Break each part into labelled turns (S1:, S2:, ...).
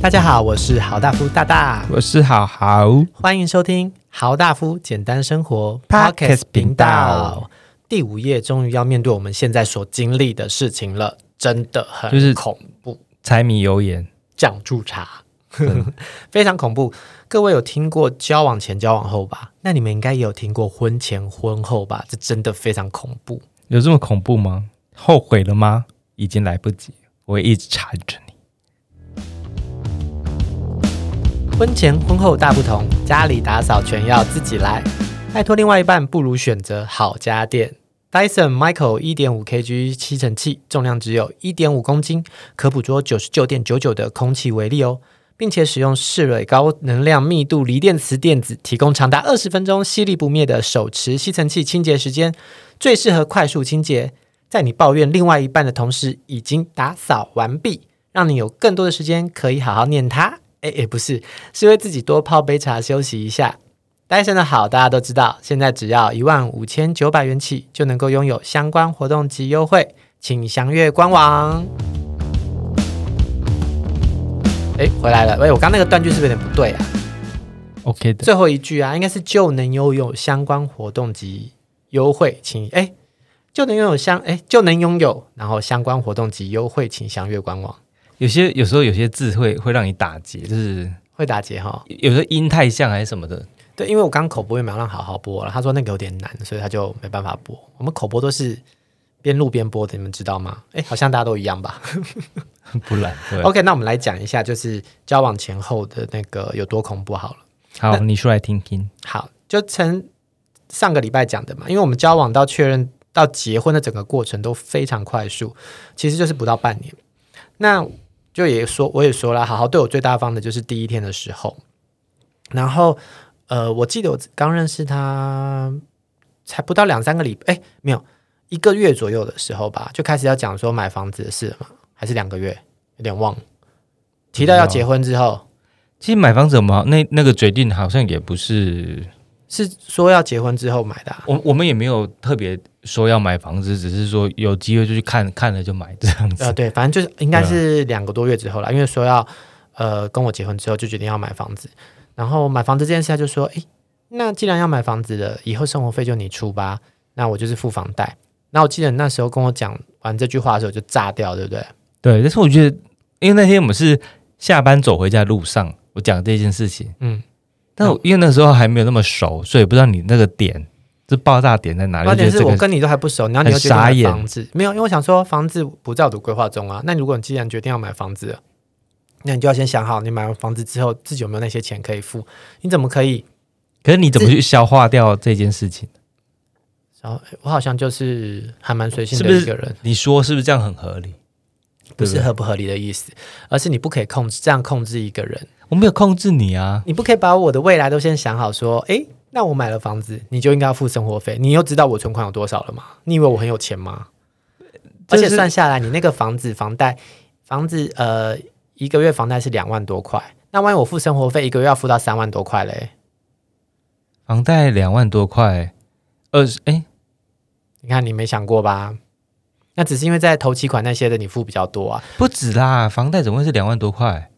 S1: 大家好，我是豪大夫大大，
S2: 我是好好，
S1: 欢迎收听豪大夫简单生活
S2: Podcast 频道。
S1: 第五页终于要面对我们现在所经历的事情了，真的很
S2: 就是
S1: 恐怖，
S2: 柴米油盐，
S1: 酱驻茶
S2: 嗯
S1: 非常恐怖。各位有听过交往前、交往后吧？那你们应该也有听过婚前、婚后吧？这真的非常恐怖。
S2: 有这么恐怖吗？后悔了吗？已经来不及，我会一直缠着你。
S1: 婚前婚后大不同，家里打扫全要自己来。拜托另外一半，不如选择好家电。Dyson Michael 一点五 kg 吸尘器，重量只有一点五公斤，可捕捉九十九点九九的空气微粒哦，并且使用嗜蕊高能量密度锂电池电子，提供长达二十分钟吸力不灭的手持吸尘器清洁时间，最适合快速清洁。在你抱怨另外一半的同时，已经打扫完毕，让你有更多的时间可以好好念它。哎哎，不是，是为自己多泡杯茶休息一下。戴森的好，大家都知道，现在只要一万五千九百元起就能够拥有相关活动及优惠，请详阅官网。哎，回来了，哎，我刚那个断句是不是有点不对啊？
S2: OK 的，
S1: 最后一句啊，应该是就能拥有相关活动及优惠，请哎就能拥有相哎就能拥有，然后相关活动及优惠，请详阅官网。
S2: 有些有时候有些字会会让你打结，就是
S1: 会打结哈，
S2: 有时候音太像还是什么的。
S1: 对，因为我刚口播也没有让好好播了，他说那个有点难，所以他就没办法播。我们口播都是边录边播的，你们知道吗？哎，好像大家都一样吧。
S2: 不然，对
S1: OK，那我们来讲一下，就是交往前后的那个有多恐怖好了。
S2: 好，你说来听听。
S1: 好，就从上个礼拜讲的嘛，因为我们交往到确认到结婚的整个过程都非常快速，其实就是不到半年。那就也说，我也说了，好好对我最大方的就是第一天的时候，然后呃，我记得我刚认识他才不到两三个礼拜，哎，没有一个月左右的时候吧，就开始要讲说买房子的事了嘛，还是两个月，有点忘了。提到要结婚之后，
S2: 其实买房子我们好那那个决定好像也不是，
S1: 是说要结婚之后买的、啊，
S2: 我我们也没有特别说要买房子，只是说有机会就去看看了就买这样
S1: 呃，
S2: 子。
S1: 对，反正就是应该
S2: 对啊
S1: 是两个多月之后啦，因为说要呃跟我结婚之后就决定要买房子，然后买房子这件事他就说，诶，那既然要买房子了，以后生活费就你出吧，那我就是付房贷。那我记得那时候跟我讲完这句话的时候就炸掉，对不对？
S2: 对，但是我觉得，因为那天我们是下班走回家的路上，我讲这件事情。
S1: 嗯，
S2: 但我因为那时候还没有那么熟，所以不知道你那个点，这爆炸点在哪里？
S1: 关键
S2: 就觉
S1: 是
S2: 得
S1: 我
S2: 这个
S1: 跟你都还不熟，然后你又
S2: 很
S1: 决定
S2: 傻
S1: 买
S2: 眼
S1: 房子，没有，因为我想说房子不在我的规划中啊。那如果你既然决定要买房子了，那你就要先想好，你买完房子之后自己有没有那些钱可以付？你怎么可以
S2: 可是你怎么去消化掉这件事情？
S1: 然后我好像就是还蛮随性
S2: 是
S1: 的
S2: 不是
S1: 一个人，
S2: 你说是不是这样很合理？
S1: 不
S2: 对不
S1: 是
S2: 对？
S1: 合不合理的意思，而是你不可以控制这样控制一个人，
S2: 我没有控制你啊，
S1: 你不可以把我的未来都先想好，说，诶，那我买了房子，你就应该要付生活费，你又知道我存款有多少了吗？你以为我很有钱吗？而
S2: 这
S1: 且
S2: 是
S1: 算下来，你那个房子房贷，房子呃一个月房贷是两万多块，那万一我付生活费一个月要付到三万多块嘞？
S2: 房贷两万多块，二十哎，
S1: 你看你没想过吧？那只是因为在头期款那些的你付比较多啊，
S2: 不止啦，房贷怎么会是两万多块？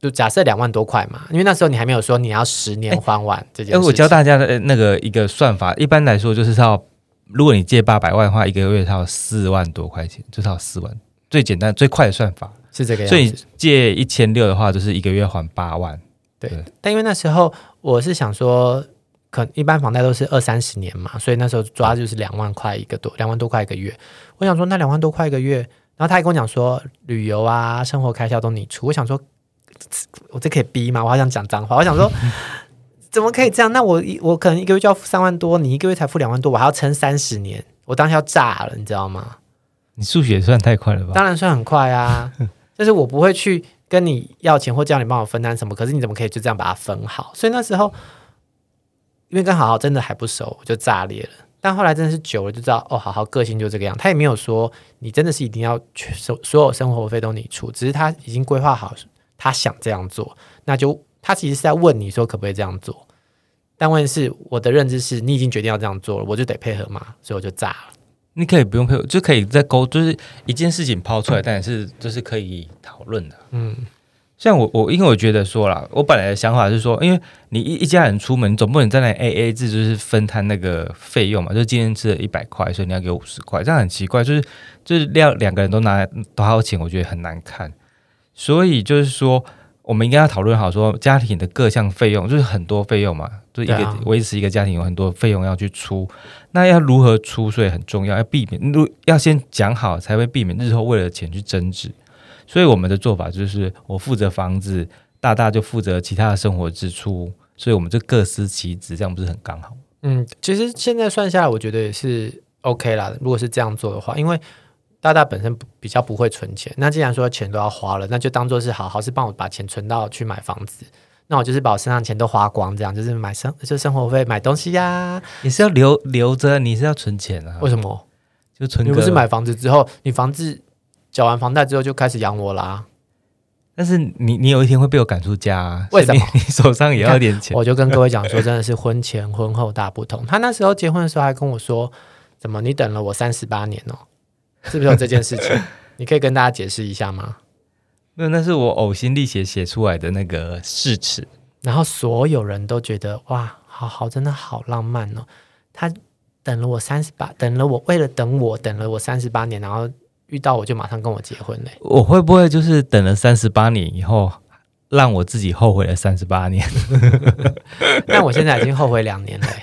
S1: 就假设两万多块嘛，因为那时候你还没有说你要十年还完这件事
S2: 哎，
S1: 情。
S2: 我教大家的呃那个一个算法，一般来说就是要，如果你借八百万的话，一个月它有四万多块钱，就是要四万，最简单最快的算法。
S1: 是这个样子，
S2: 所以你借一千六的话，就是一个月还八万。
S1: 对
S2: 对。
S1: 但因为那时候我是想说，可一般房贷都是二三十年嘛，所以那时候抓就是两万块一个多，两万多块一个月。我想说那两万多块一个月，然后他还跟我讲说旅游啊、生活开销都你出。我想说，我这可以逼吗？我好想讲脏话。我想说。 怎么可以这样？那我一我可能一个月就要付三万多，你一个月才付两万多，我还要撑三十年，我当时要炸了，你知道吗？
S2: 你数学算太快了吧？
S1: 当然算很快啊，就是我不会去跟你要钱或叫你帮我分担什么，可是你怎么可以就这样把它分好？所以那时候，因为跟好好真的还不熟，我就炸裂了。但后来真的是久了就知道，哦，好好个性就这个样。他也没有说你真的是一定要全所所有生活费都你出，只是他已经规划好，他想这样做，那就他其实是在问你说可不可以这样做。但问题是，我的认知是你已经决定要这样做了，我就得配合嘛，所以我就炸了。
S2: 你可以不用配合，就可以再沟，就是一件事情抛出来，但也是就是可以讨论的。
S1: 嗯，
S2: 像我我因为我觉得说啦，我本来的想法是说，因为你一一家人出门，总不能在那 A A 制，就是分摊那个费用嘛。就是今天吃了一百块，所以你要给我五十块，这样很奇怪。就是就是两两个人都拿都掏钱，我觉得很难看。所以就是说，我们应该要讨论好说家庭的各项费用，就是很多费用嘛，就一
S1: 对
S2: 个
S1: 啊
S2: 维持一个家庭有很多费用要去出，那要如何出，所以很重要，要避免如要先讲好，才会避免日后为了钱去争执。所以我们的做法就是，我负责房子，大大就负责其他的生活支出，所以我们就各司其职，这样不是很刚好？
S1: 嗯，其实现在算下来，我觉得也是 OK 啦。如果是这样做的话，因为大大本身不比较不会存钱，那既然说钱都要花了，那就当做是好好是帮我把钱存到去买房子。那我就是把我身上钱都花光，这样就是买生就生活费、买东西呀、
S2: 你是要留留着，你是要存钱啊？
S1: 为什么？
S2: 就存
S1: 你
S2: 个
S1: 不是买房子之后，你房子缴完房贷之后就开始养我啦、
S2: 但是你你有一天会被我赶出 家、啊，
S1: 为什么
S2: 所以你？你 手上也要一点钱。
S1: 我就跟各位讲说，真的是婚前婚后大不同。他那时候结婚的时候还跟我说，怎么你等了我三十八年哦？是不是有这件事情？你可以跟大家解释一下吗？
S2: 没有，那是我呕心沥血写出来的那个誓词。
S1: 然后所有人都觉得哇，好好，真的好浪漫哦。他等了我三十八，等了我，为了等我，等了我三十八年，然后遇到我就马上跟我结婚嘞。
S2: 我会不会就是等了三十八年以后，让我自己后悔了三十八年？
S1: 但我现在已经后悔两年了欸。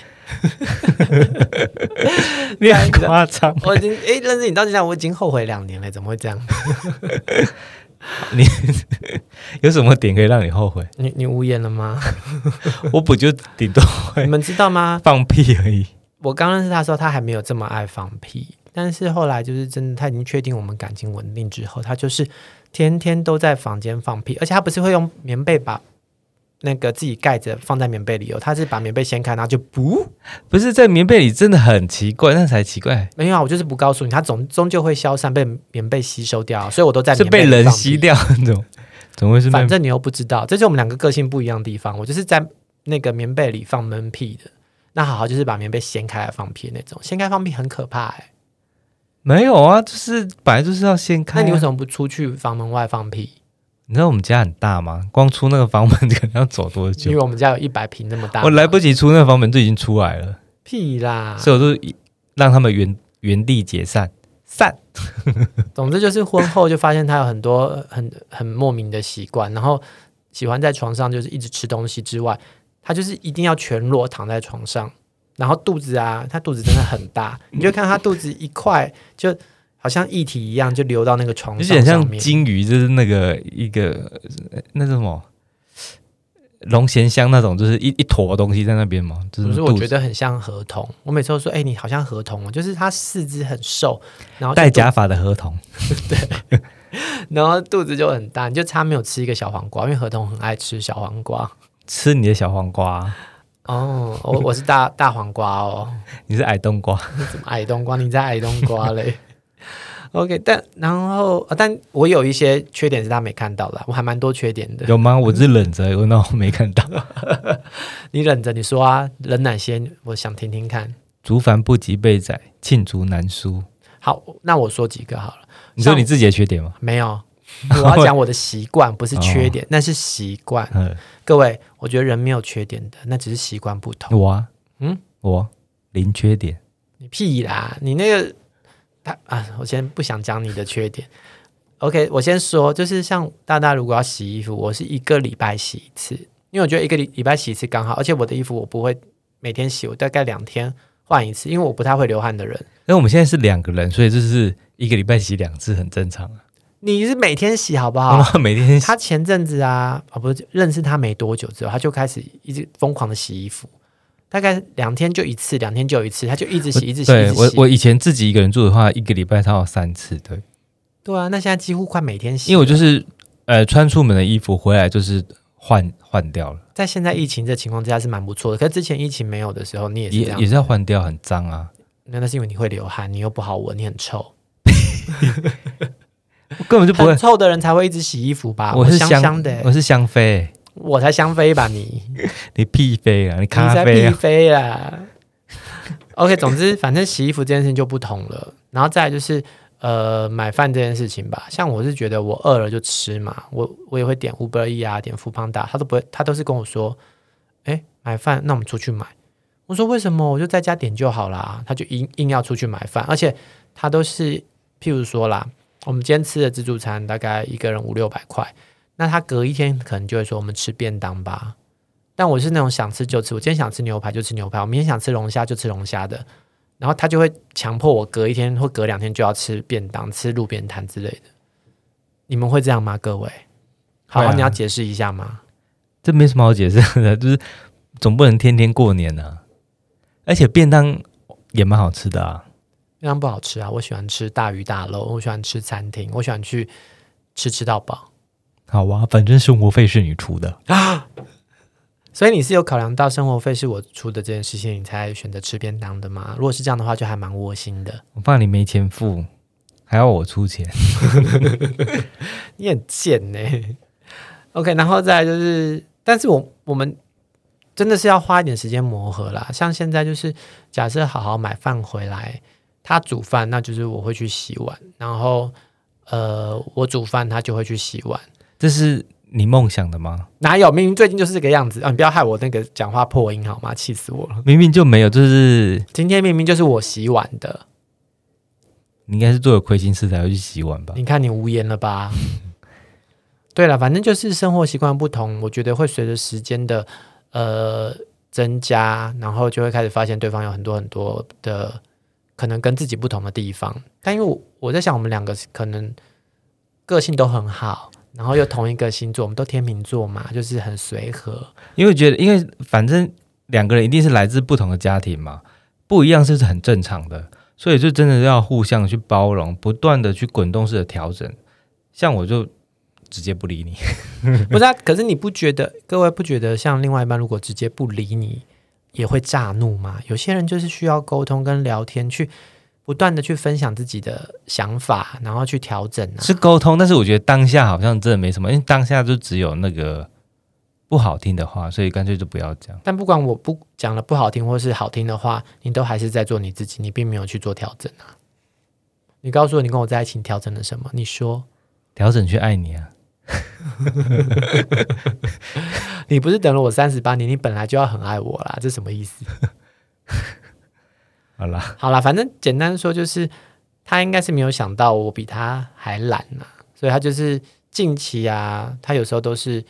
S2: 你很夸 张，
S1: 我已经诶，认识你到现在，我已经后悔两年了，怎么会这样？
S2: 有什么点可以让你后悔？
S1: 你你无言了吗？
S2: 我不就顶多
S1: 你们知道吗？
S2: 放屁而已。
S1: 我刚认识他的时候，他还没有这么爱放屁，但是后来就是真的，他已经确定我们感情稳定之后，他就是天天都在房间放屁，而且他不是会用棉被把那个自己盖着放在棉被里哦，他是把棉被掀开，然后就不
S2: 不是在棉被里真的很奇怪，那才奇怪，
S1: 没有啊，我就是不告诉你，他总终究会消散，被棉被吸收掉，所以我都在
S2: 是
S1: 棉被
S2: 被
S1: 里
S2: 人
S1: 放屁
S2: 吸。掉那种，怎么会是被
S1: 反正你又不知道，这就是我们两个个性不一样的地方。我就是在那个棉被里放闷屁的，那好好就是把棉被掀开来放屁的那种，掀开放屁很可怕哎、
S2: 没有啊？就是本来就是要先开、
S1: 那你为
S2: 么？
S1: 什么不出去房门外放屁？
S2: 你知道我们家很大吗？光出那个房门可能要走多
S1: 因
S2: 久
S1: 为？我们家有一百平那么大，啊
S2: 我来不及出那个房门就已经出来了，
S1: 屁啦。
S2: 所以我就一让他们原原地解散散。
S1: 总之就是婚后就发现他有很多呃很很莫名的习惯，然后喜欢在床上就是一直吃东西之外，他就是一定要全裸躺在床上，然后肚子啊，他肚子真的很 大，你就看他肚子一块就好像液体一样就流到那个床
S2: 就是
S1: 上
S2: 很
S1: 上
S2: 像
S1: 面。
S2: 金鱼，就是那个一个呃那是什么龙涎香那种，就是一一坨东西在那边嘛，就是
S1: 不是，
S2: 肚
S1: 我觉
S2: 子
S1: 得很像河童。我每次都说，哎、你好像河童哦，就是他四肢很瘦，然后就
S2: 戴
S1: 肚
S2: 假发的合同。
S1: 然后肚子就很大，你就差没有吃一个小黄瓜，因为河童很爱吃小黄瓜。
S2: 吃你的小 黄瓜，
S1: 哦，我我是大大黄瓜哦，
S2: 你是矮冬瓜，
S1: 你怎么矮冬瓜？你在矮冬瓜嘞？OK，但然后、呃但我有一些缺点是他没看到的，我还蛮多缺点的。
S2: 有吗？我是忍着，我那我没看到。
S1: 你忍着，你说啊，忍哪些？我想听听看。
S2: 竹凡不及被宰，罄竹难书。
S1: 好，那我说几个好了。
S2: 你说
S1: 像
S2: 你自己的缺点吗？
S1: 没有，我要讲我的习惯，不是缺点，那是习惯。
S2: 嗯，
S1: 各位，我觉得人没有缺点的，那只是习惯不同。
S2: 我啊，
S1: 嗯
S2: 嗯，我零缺点。
S1: 你屁啦！你那个他啊，我先不想讲你的缺点。OK，我先说，就是像大大如果要洗衣服，我是一个礼拜洗一次，因为我觉得一个礼礼拜洗一次刚好，而且我的衣服我不会每天洗，我大概两天换一次，因为我不太会流汗的人。
S2: 那我们现在是两个人，所以就是一个礼拜洗两次，很正常啊。
S1: 你是每天洗好不好？
S2: 啊，每天洗
S1: 他前阵子啊，啊不是认识他没多久之后，他就开始一直疯狂的洗衣服，大概两天就一次，两天就一次，他就一直洗，一直洗，一
S2: 对
S1: 直洗。
S2: 我我以前自己一个人住的话，一个礼拜差不多三次，对，
S1: 对啊，那现在几乎快每天洗了，
S2: 因为我就是呃穿出门的衣服回来就是换换掉了，
S1: 在现在疫情这情况之下是蛮不错的，可是之前疫情没有的时候，你也是
S2: 也
S1: 这样
S2: 也，是要换掉，很脏啊。
S1: 那那是因为你会流汗，你又不好闻，你很臭，
S2: 我根本就不会
S1: 很，臭的人才会一直洗衣服吧？
S2: 我是
S1: 香香的欸、
S2: 我是香妃，
S1: 我才香妃吧你，
S2: 你屁妃啊，你
S1: 你
S2: 咖
S1: 才
S2: 啡
S1: 屁
S2: 啊，
S1: 飞啦。OK，总之反正洗衣服这件事情就不同了，然后再来就是呃买饭这件事情吧，像我是觉得我饿了就吃嘛，我我也会点 Uber E 啊，点 f o o p a n d a 他都不会，他都是跟我说，哎，买饭，那我们出去买。我说为什么？我就在家点就好啦。他就硬硬要出去买饭，而且他都是譬如说啦，我们今天吃的自助餐大概一个人五六百块，那他隔一天可能就会说我们吃便当吧。但我是那种想吃就吃，我今天想吃牛排就吃牛排，我明天想吃龙虾就吃龙虾的。然后他就会强迫我隔一天或隔两天就要吃便当、吃路边摊之类的。你们会这样吗，各位？好，
S2: 会啊
S1: 你要解释一下吗？
S2: 这没什么好解释的， 就是总不能天天过年啊。而且便当也蛮好吃的啊，
S1: 便当不好吃啊，我喜欢吃大鱼大肉，我喜欢吃餐厅，我喜欢去吃吃到饱。
S2: 好啊，反正生活费是你出的。
S1: 所以你是有考量到生活费是我出的这件事情，你才选择吃便当的吗？如果是这样的话，就还蛮窝心的。
S2: 我怕你没钱付，还要我出钱。
S1: 你很贱呢、OK，然后再来就是，但是我我们真的是要花一点时间磨合啦。像现在就是，假设好好买饭回来，他煮饭，那就是我会去洗碗，然后呃，我煮饭他就会去洗碗。
S2: 这是你梦想的吗？
S1: 哪有？明明最近就是这个样子啊！你不要害我那个讲话破音好吗？气死我了！
S2: 明明就没有，就是
S1: 今天明明就是我洗碗的，
S2: 你应该是做了亏心事才会去洗碗吧？
S1: 你看你无言了吧？ 对了，反正就是生活习惯不同，我觉得会随着时间的呃增加，然后就会开始发现对方有很多很多的可能跟自己不同的地方。但因为我我在想，我们两个可能个性都很好，然后又同一个星座，我们都天秤座嘛，就是很随和。
S2: 因为觉得，因为反正两个人一定是来自不同的家庭嘛，不一样是很正常的，所以就真的要互相去包容，不断的去滚动式的调整。像我就直接不理你，
S1: 不是、啊，可是你不觉得，各位不觉得，像另外一半如果直接不理你，也会炸怒吗？有些人就是需要沟通跟聊天，去不断的去分享自己的想法，然后去调整啊。
S2: 是沟通，但是我觉得当下好像真的没什么，因为当下就只有那个不好听的话，所以干脆就不要讲。
S1: 但不管我不讲了不好听或是好听的话，你都还是在做你自己，你并没有去做调整啊。你告诉我，你跟我在一起你调整了什么？你说
S2: 调整去爱你啊，
S1: 你不是等了我三十八年，你本来就要很爱我啦，这什么意思？
S2: 好啦，
S1: 好啦，反正简单说就是，他应该是没有想到我比他还懒呐、所以他就是近期啊，他有时候都是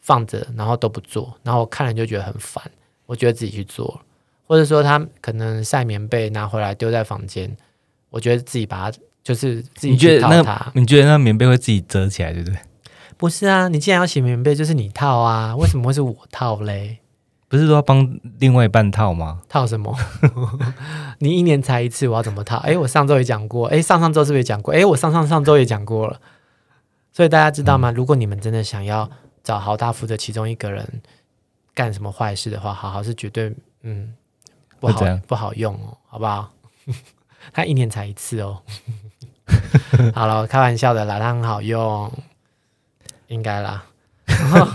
S1: 放着，然后都不做，然后我看了就觉得很烦，我觉得自己去做了，或者说他可能晒棉被拿回来丢在房间，我觉得自己把它就是自己
S2: 你觉
S1: 去
S2: 得
S1: 套它。
S2: 那你觉得那棉被会自己折起来，对不对？
S1: 不是啊，你既然要洗棉被，就是你套啊，为什么会是我套嘞？
S2: 不是说要帮另外一半套吗？
S1: 套什么？ 你一年才一次，我要怎么套？哎，我上周也讲过，哎，上上周是不是也讲过？哎，我上上上周也讲过了。所以大家知道
S2: 嗯
S1: 吗？如果你们真的想要找豪大夫的其中一个人干什么坏事的话，好好是绝对嗯不
S2: 会
S1: 好
S2: 怎样
S1: 不好用哦，好不好？ 他一年才一次哦。 好了，开玩笑的啦，它很好用，应该 啦。 然后，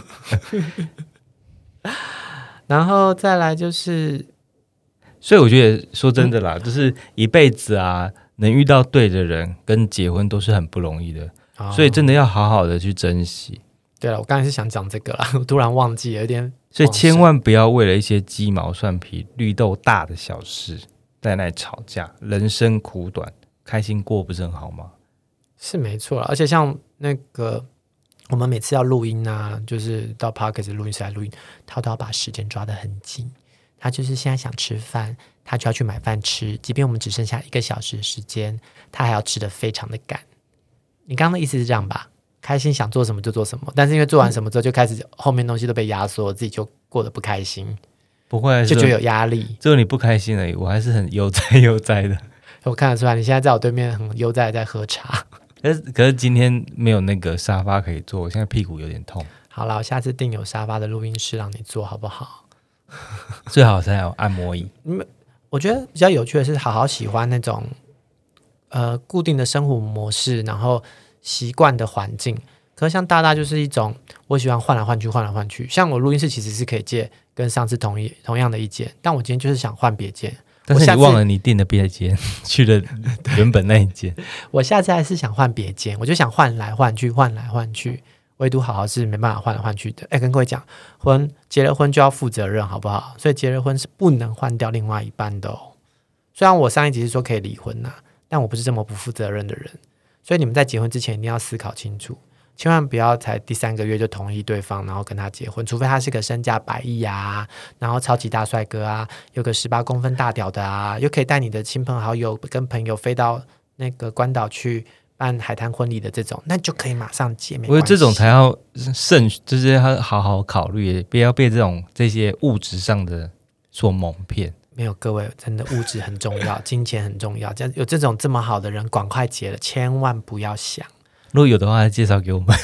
S1: 然后再来就是
S2: 所以我觉得说真的啦，就是一辈子啊，能遇到对的人跟结婚都是很不容易的，
S1: 哦
S2: 所以真的要好好的去珍惜。
S1: 对了，我刚才是想讲这个啦， 我突然忘记了，有点
S2: 所以千万不要为了一些鸡毛蒜皮、绿豆大的小事在那里吵架。人生苦短，开心过不是很好吗？
S1: 是没错啦。而且像那个我们每次要录音啊，就是到 p a r k e s 录音室来录音，他都要把时间抓得很紧。他就是现在想吃饭，他就要去买饭吃，即便我们只剩下一个小时的时间，他还要吃的非常的赶。你刚刚的意思是这样吧？开心想做什么就做什么，但是因为做完什么之后就开始后面东西都被压缩，自己就过得不开心，
S2: 不会，
S1: 就觉
S2: 就
S1: 得
S2: 只有
S1: 有压力。
S2: 只有你不开心而已，我还是很悠哉悠哉的。
S1: 我看得出来，你现在在我对面很悠哉地在喝茶。
S2: 可是可是今天没有那个沙发可以坐，我现在屁股有点痛，
S1: 好啦，我下次订有沙发的录音室让你坐好不好？
S2: 最好是还有按摩椅。
S1: 我觉得比较有趣的是，好好喜欢那种呃固定的生活模式，然后习惯的环境。可是像大大就是一种，我喜欢换来换去，换来换去。像我录音室其实是可以借跟上次同一同样的意见，但我今天就是想换别间，
S2: 但
S1: 我
S2: 是
S1: 下
S2: 你
S1: 次
S2: 忘了你订的别间， 去了原本那一 间，
S1: 我下次还是想换别间，我就想换来换去，换来换去，唯独好好是没办法换来换去的。哎，跟各位讲，婚结了婚就要负责任，好不好？所以结了婚是不能换掉另外一半的哦。虽然我上一集是说可以离婚呐、但我不是这么不负责任的人，所以你们在结婚之前一定要思考清楚，千万不要才第三个月就同意对方，然后跟他结婚，除非他是个身价百亿啊，然后超级大帅哥啊，有个十八公分大屌的啊，又可以带你的亲朋好友跟朋友飞到那个关岛去办海滩婚礼的这种，那就可以马上结。没
S2: 我觉得这种
S1: 关系
S2: 才要慎，就是要好好考虑，不要被这种这些物质上的所蒙骗。
S1: 没有，各位真的物质很重要， 金钱很重要。这样有这种这么好的人，赶快结了，千万不要想。
S2: 如果有的话，介绍给我们。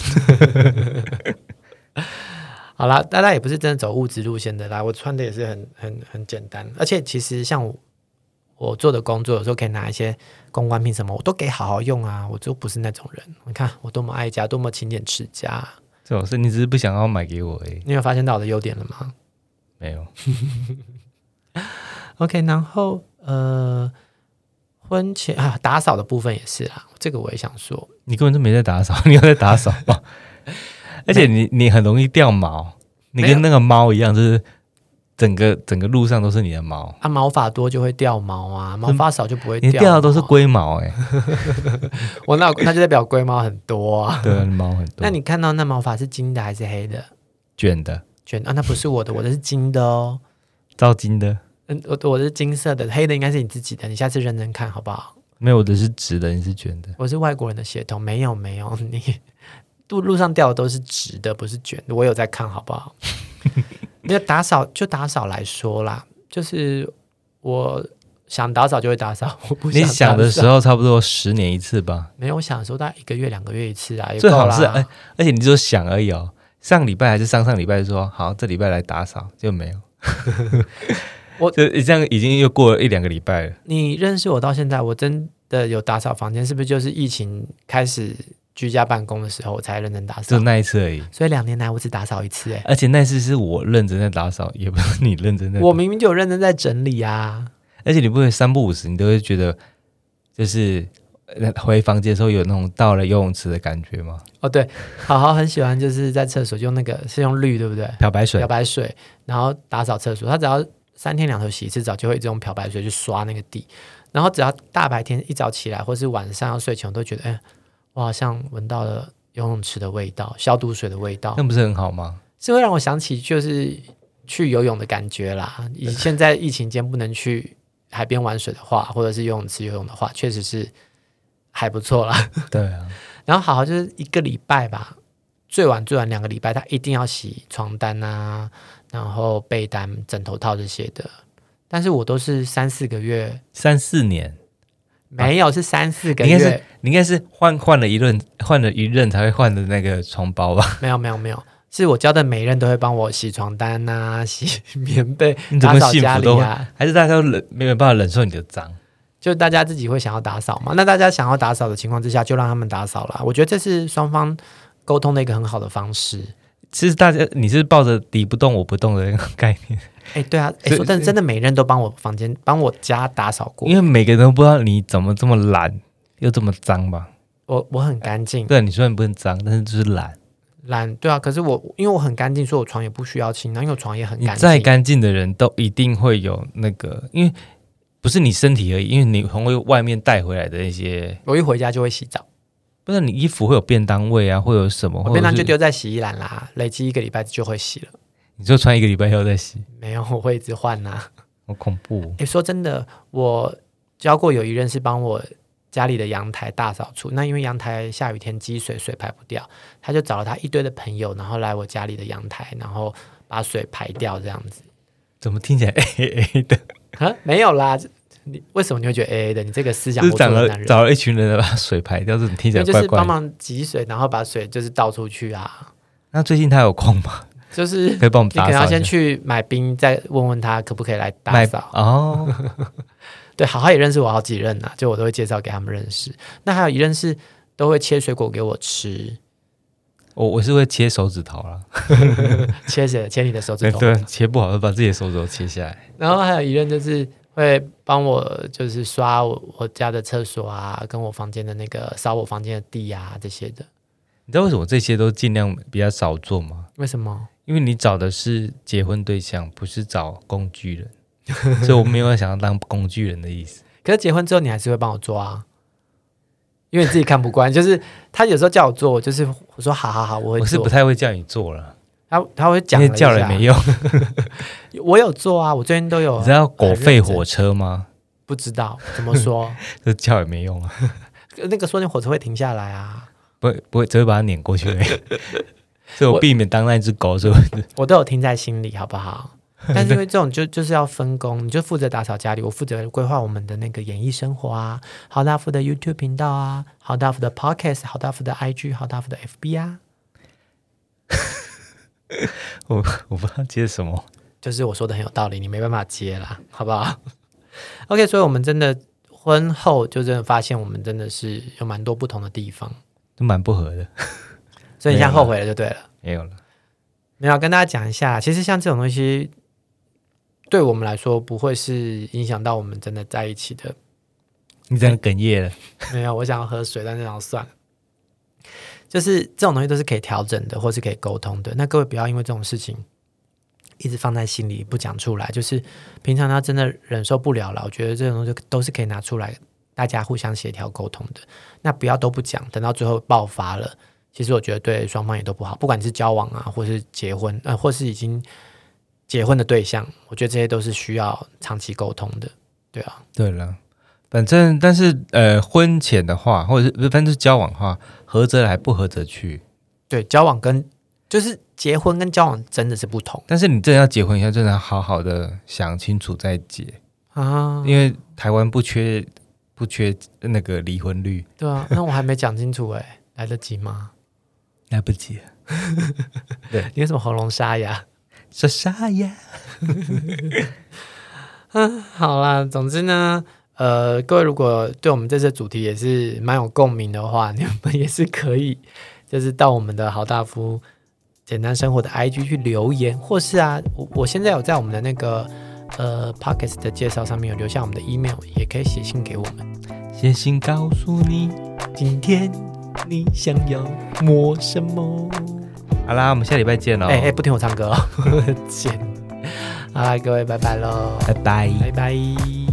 S1: 好啦，大家也不是真的走物质路线的啦，我穿的也是很很很简单，而且其实像我我做的工作，有时候可以拿一些公关品什么，我都给好好用啊，我就不是那种人。你看我多么爱家，多么勤俭持家啊，
S2: 这种事你只是不想要买给我而已，
S1: 你有发现到我的优点了吗？
S2: 没有。
S1: OK，然后呃，婚前啊，打扫的部分也是啦，这个我也想说，
S2: 你根本就没在打扫， 你有在打扫 吗？而且你你很容易掉毛，你
S1: 没有
S2: 跟那个猫一样，就是整个整个路上都是你的毛，
S1: 啊，毛发多就会掉毛啊，毛发少就不会
S2: 嗯你
S1: 掉。
S2: 掉的都是，龟毛 哎、
S1: 我那那就代表龟毛很多啊。
S2: 对，毛很多。
S1: 那你看到那毛发是金的还是黑的？
S2: 卷的、
S1: 卷啊，那不是我的，我的是金的哦。
S2: 照金的，
S1: 嗯，我我的是金色的，黑的应该是你自己的，你下次认真看好不好？
S2: 没有我的是直的，你是卷的。
S1: 我是外国人的血统，没有没有， 你路路上掉的都是直的，不是卷的。我有在看，好不好？ 那打扫就打扫来说啦，就是我想打扫就会打扫，我不
S2: 你
S1: 想
S2: 想的时
S1: 候
S2: 候差不多十年一次吧，
S1: 没有，我想的时候大概一个月两个月一次啊，也
S2: 最
S1: 够
S2: 好
S1: 啦
S2: 是哎、而且你就想而已哦。上礼拜还是上上礼拜说好，这礼拜来打扫就没有。
S1: 我
S2: 就这样已经又过了一两个礼拜了，
S1: 你认识我到现在，我真的有打扫房间，是不是就是疫情开始居家办公的时候我才认真打扫
S2: 就？那一次而已。
S1: 所以两年来我只打扫一次、欸，
S2: 而且那次是我认真在打扫，也不是你认真在打
S1: 我明明就有认真在整理啊。
S2: 而且你不会三不五时，你都会觉得就是呃回房间的时候有那种到了游泳池的感觉吗？
S1: 哦，对，好好很喜欢，就是在厕所用那个是用氯对不对？
S2: 漂白水
S1: 漂，白水，然后打扫厕所，他只要三天两头洗一次澡，就会用漂白水去刷那个地。然后只要大白天一早起来，或是晚上要睡前，我都觉得，哎，我好像闻到了游泳池的味道，消毒水的味道
S2: 那，不是很好吗？
S1: 是会让我想起就是去游泳的感觉啦。以现在疫情间不能去海边玩水的话，或者是游泳池游泳的话，确实是还不错啦。
S2: 对啊，
S1: 然后好好就是一个礼拜吧，最晚最晚两个礼拜，他一定要洗床单啊，然后被单、枕头套这些的。但是我都是三四个月，
S2: 三四年，
S1: 没有、是三四个
S2: 你应该是
S1: 月，
S2: 你应该是换换了一任，换了一任才会换的那个床包吧？
S1: 没有没有没有，是我教的每人都会帮我洗床单啊，洗棉被
S2: 你，怎
S1: 打
S2: 么
S1: 扫
S2: 幸
S1: 家
S2: 福都
S1: 里
S2: 会
S1: 啊，
S2: 还是大家都忍没有办法忍受你的脏？
S1: 就大家自己会想要打扫嘛。那大家想要打扫的情况之下，就让他们打扫啦。我觉得这是双方沟通的一个很好的方式。
S2: 其实大家你是抱着敌不动我不动的那个概念，
S1: 哎，对啊，哎，
S2: 所以
S1: 说但是真的每人都帮我房间、帮我家打扫过
S2: 因，为每个人都不知道你怎么这么懒又这么脏吧？
S1: 我我很干净，
S2: 对，啊你虽然不是脏，但是就是懒。
S1: 懒对啊，可是我因为我很干净，所以我床也不需要清，然后因为我床也很
S2: 你
S1: 干净。
S2: 再干净的人都一定会有那个，因为不是你身体而已，因为你从外面带回来的一些，
S1: 我一回家就会洗澡，
S2: 不是你衣服会有便当味啊，会有什么？
S1: 我哦便当就
S2: 或者是
S1: 丢在洗衣篮啦，累积一个礼拜就会洗了。
S2: 你就穿一个礼拜后再洗，
S1: 没有，我会一直换呐、
S2: 好恐怖、
S1: 诶，说真的，我教过有一任是帮我家里的阳台大扫除，那因为阳台下雨天积水，水排不掉，他就找了他一堆的朋友，然后来我家里的阳台，然后把水排掉这样子。
S2: 怎么听起来 A A 的？
S1: 啊，没有啦，这你为什么你会觉得 A A 的？你这个思想
S2: 就是
S1: 活
S2: 找
S1: 泼的
S2: 了
S1: 男人。
S2: 找了一群人把水排掉，这种听起
S1: 因为
S2: 来
S1: 就是
S2: 怪
S1: 帮
S2: 怪的。
S1: 忙挤水，然后把水就是倒出去啊，
S2: 那最近他有空吗？
S1: 就是
S2: 可以帮我们
S1: 你可
S2: 打
S1: 能要
S2: 扫一
S1: 先
S2: 下？
S1: 去买冰，再问问他可不可以来打
S2: 买
S1: 扫。
S2: 哦，
S1: 对，好好也认识我好几任呐、就我都会介绍给他们认识。那还有一任是都会切水果给我吃，
S2: 我我是会切手指头啦，
S1: 切谁的？切你的手指
S2: 对
S1: 头。
S2: 对，切不好就把自己的手指头切下来。
S1: 然后还有一任就是。会帮我就是刷我我家的厕所啊，跟我房间的那个扫我房间的地啊这些的。
S2: 你知道为什么这些都尽量比较少做吗？
S1: 为什么？
S2: 因为你找的是结婚对象，不是找工具人， 所以我没有想要当工具人的意思。
S1: 可是结婚之后你还是会帮我做啊，因为你自己看不 惯。就是他有时候叫我做，我就是我说好好好，我会
S2: 我是
S1: 做。
S2: 不太会叫你做了，
S1: 他他会
S2: 今
S1: 讲了
S2: 天
S1: 一
S2: 叫了也
S1: 下哦
S2: 没用。
S1: 我有做啊，我最近都有啊。
S2: 你知道狗吠
S1: 很认真
S2: 火车吗？
S1: 不知道怎么 说？
S2: 这叫也没用啊，
S1: 那个说你火车会停下来啊，
S2: 不会不会，只会把它撵 过去而已。所以我避免当那只狗，所以我
S1: 我都有听在心里，好不好？但是因为这种就就是要分工，你就负责打扫家里，我负责规划我们的那个演艺生活啊，好大福的 YouTube 频道啊，好大福的 Podcast，好大福的 IG，好大福的 FB 啊，
S2: 我 不知道接什么。
S1: 就是我说的很有道理，你没办法接啦，好不好？OK，所以我们真的婚后就真的发现我们真的是有蛮多不同的地方，
S2: 就蛮不合的。
S1: 所以你现在
S2: 没有啦
S1: 后悔了就对了。
S2: 没有了，
S1: 没有啊跟大家讲一下，其实像这种东西，对我们来说不会是影响到我们真的在一起的。
S2: 你真的哽咽了。
S1: 没有，我想要喝水，但是想要算了。就是这种东西都是可以调整的，或是可以沟通的。那各位不要因为这种事情一直放在心里不讲出来。就是平常他真的忍受不了了，我觉得这种东西都是可以拿出来，大家互相协调沟通的。那不要都不讲，等到最后爆发了，其实我觉得对双方也都不好。不管是交往啊，或是结婚，呃，或是已经结婚的对象，我觉得这些都是需要长期沟通的。对啊，
S2: 对了，反正但是呃，婚前的话，或者是不是反正就是交往的话，合则来，不合则去。
S1: 对，交往跟就是结婚跟交往真的是不同
S2: 但是你真的要结婚以后，真的要好好的想清楚再结，
S1: 啊。
S2: 因为台湾不缺不缺那个离婚率，
S1: 对啊，那我还没讲清楚哎、来得及吗？
S2: 来不及了。
S1: 你为什么喉咙沙哑？
S2: 是啥呀？
S1: 好啦，总之呢，呃，各位如果对我们这次的主题也是蛮有共鸣的话，你们也是可以，就是到我们的好大夫简单生活的 IG 去留言，或是啊，我我现在有在我们的那个呃 Pockets 的介绍上面有留下我们的 email，也可以写信给我们。
S2: 写信告诉你。
S1: 今天你想要摸什么？
S2: 好啦，我们下礼拜见喽，
S1: 哎哎、不 听我唱歌哦，贱！好啦，各位，拜拜喽，
S2: 拜拜
S1: 拜拜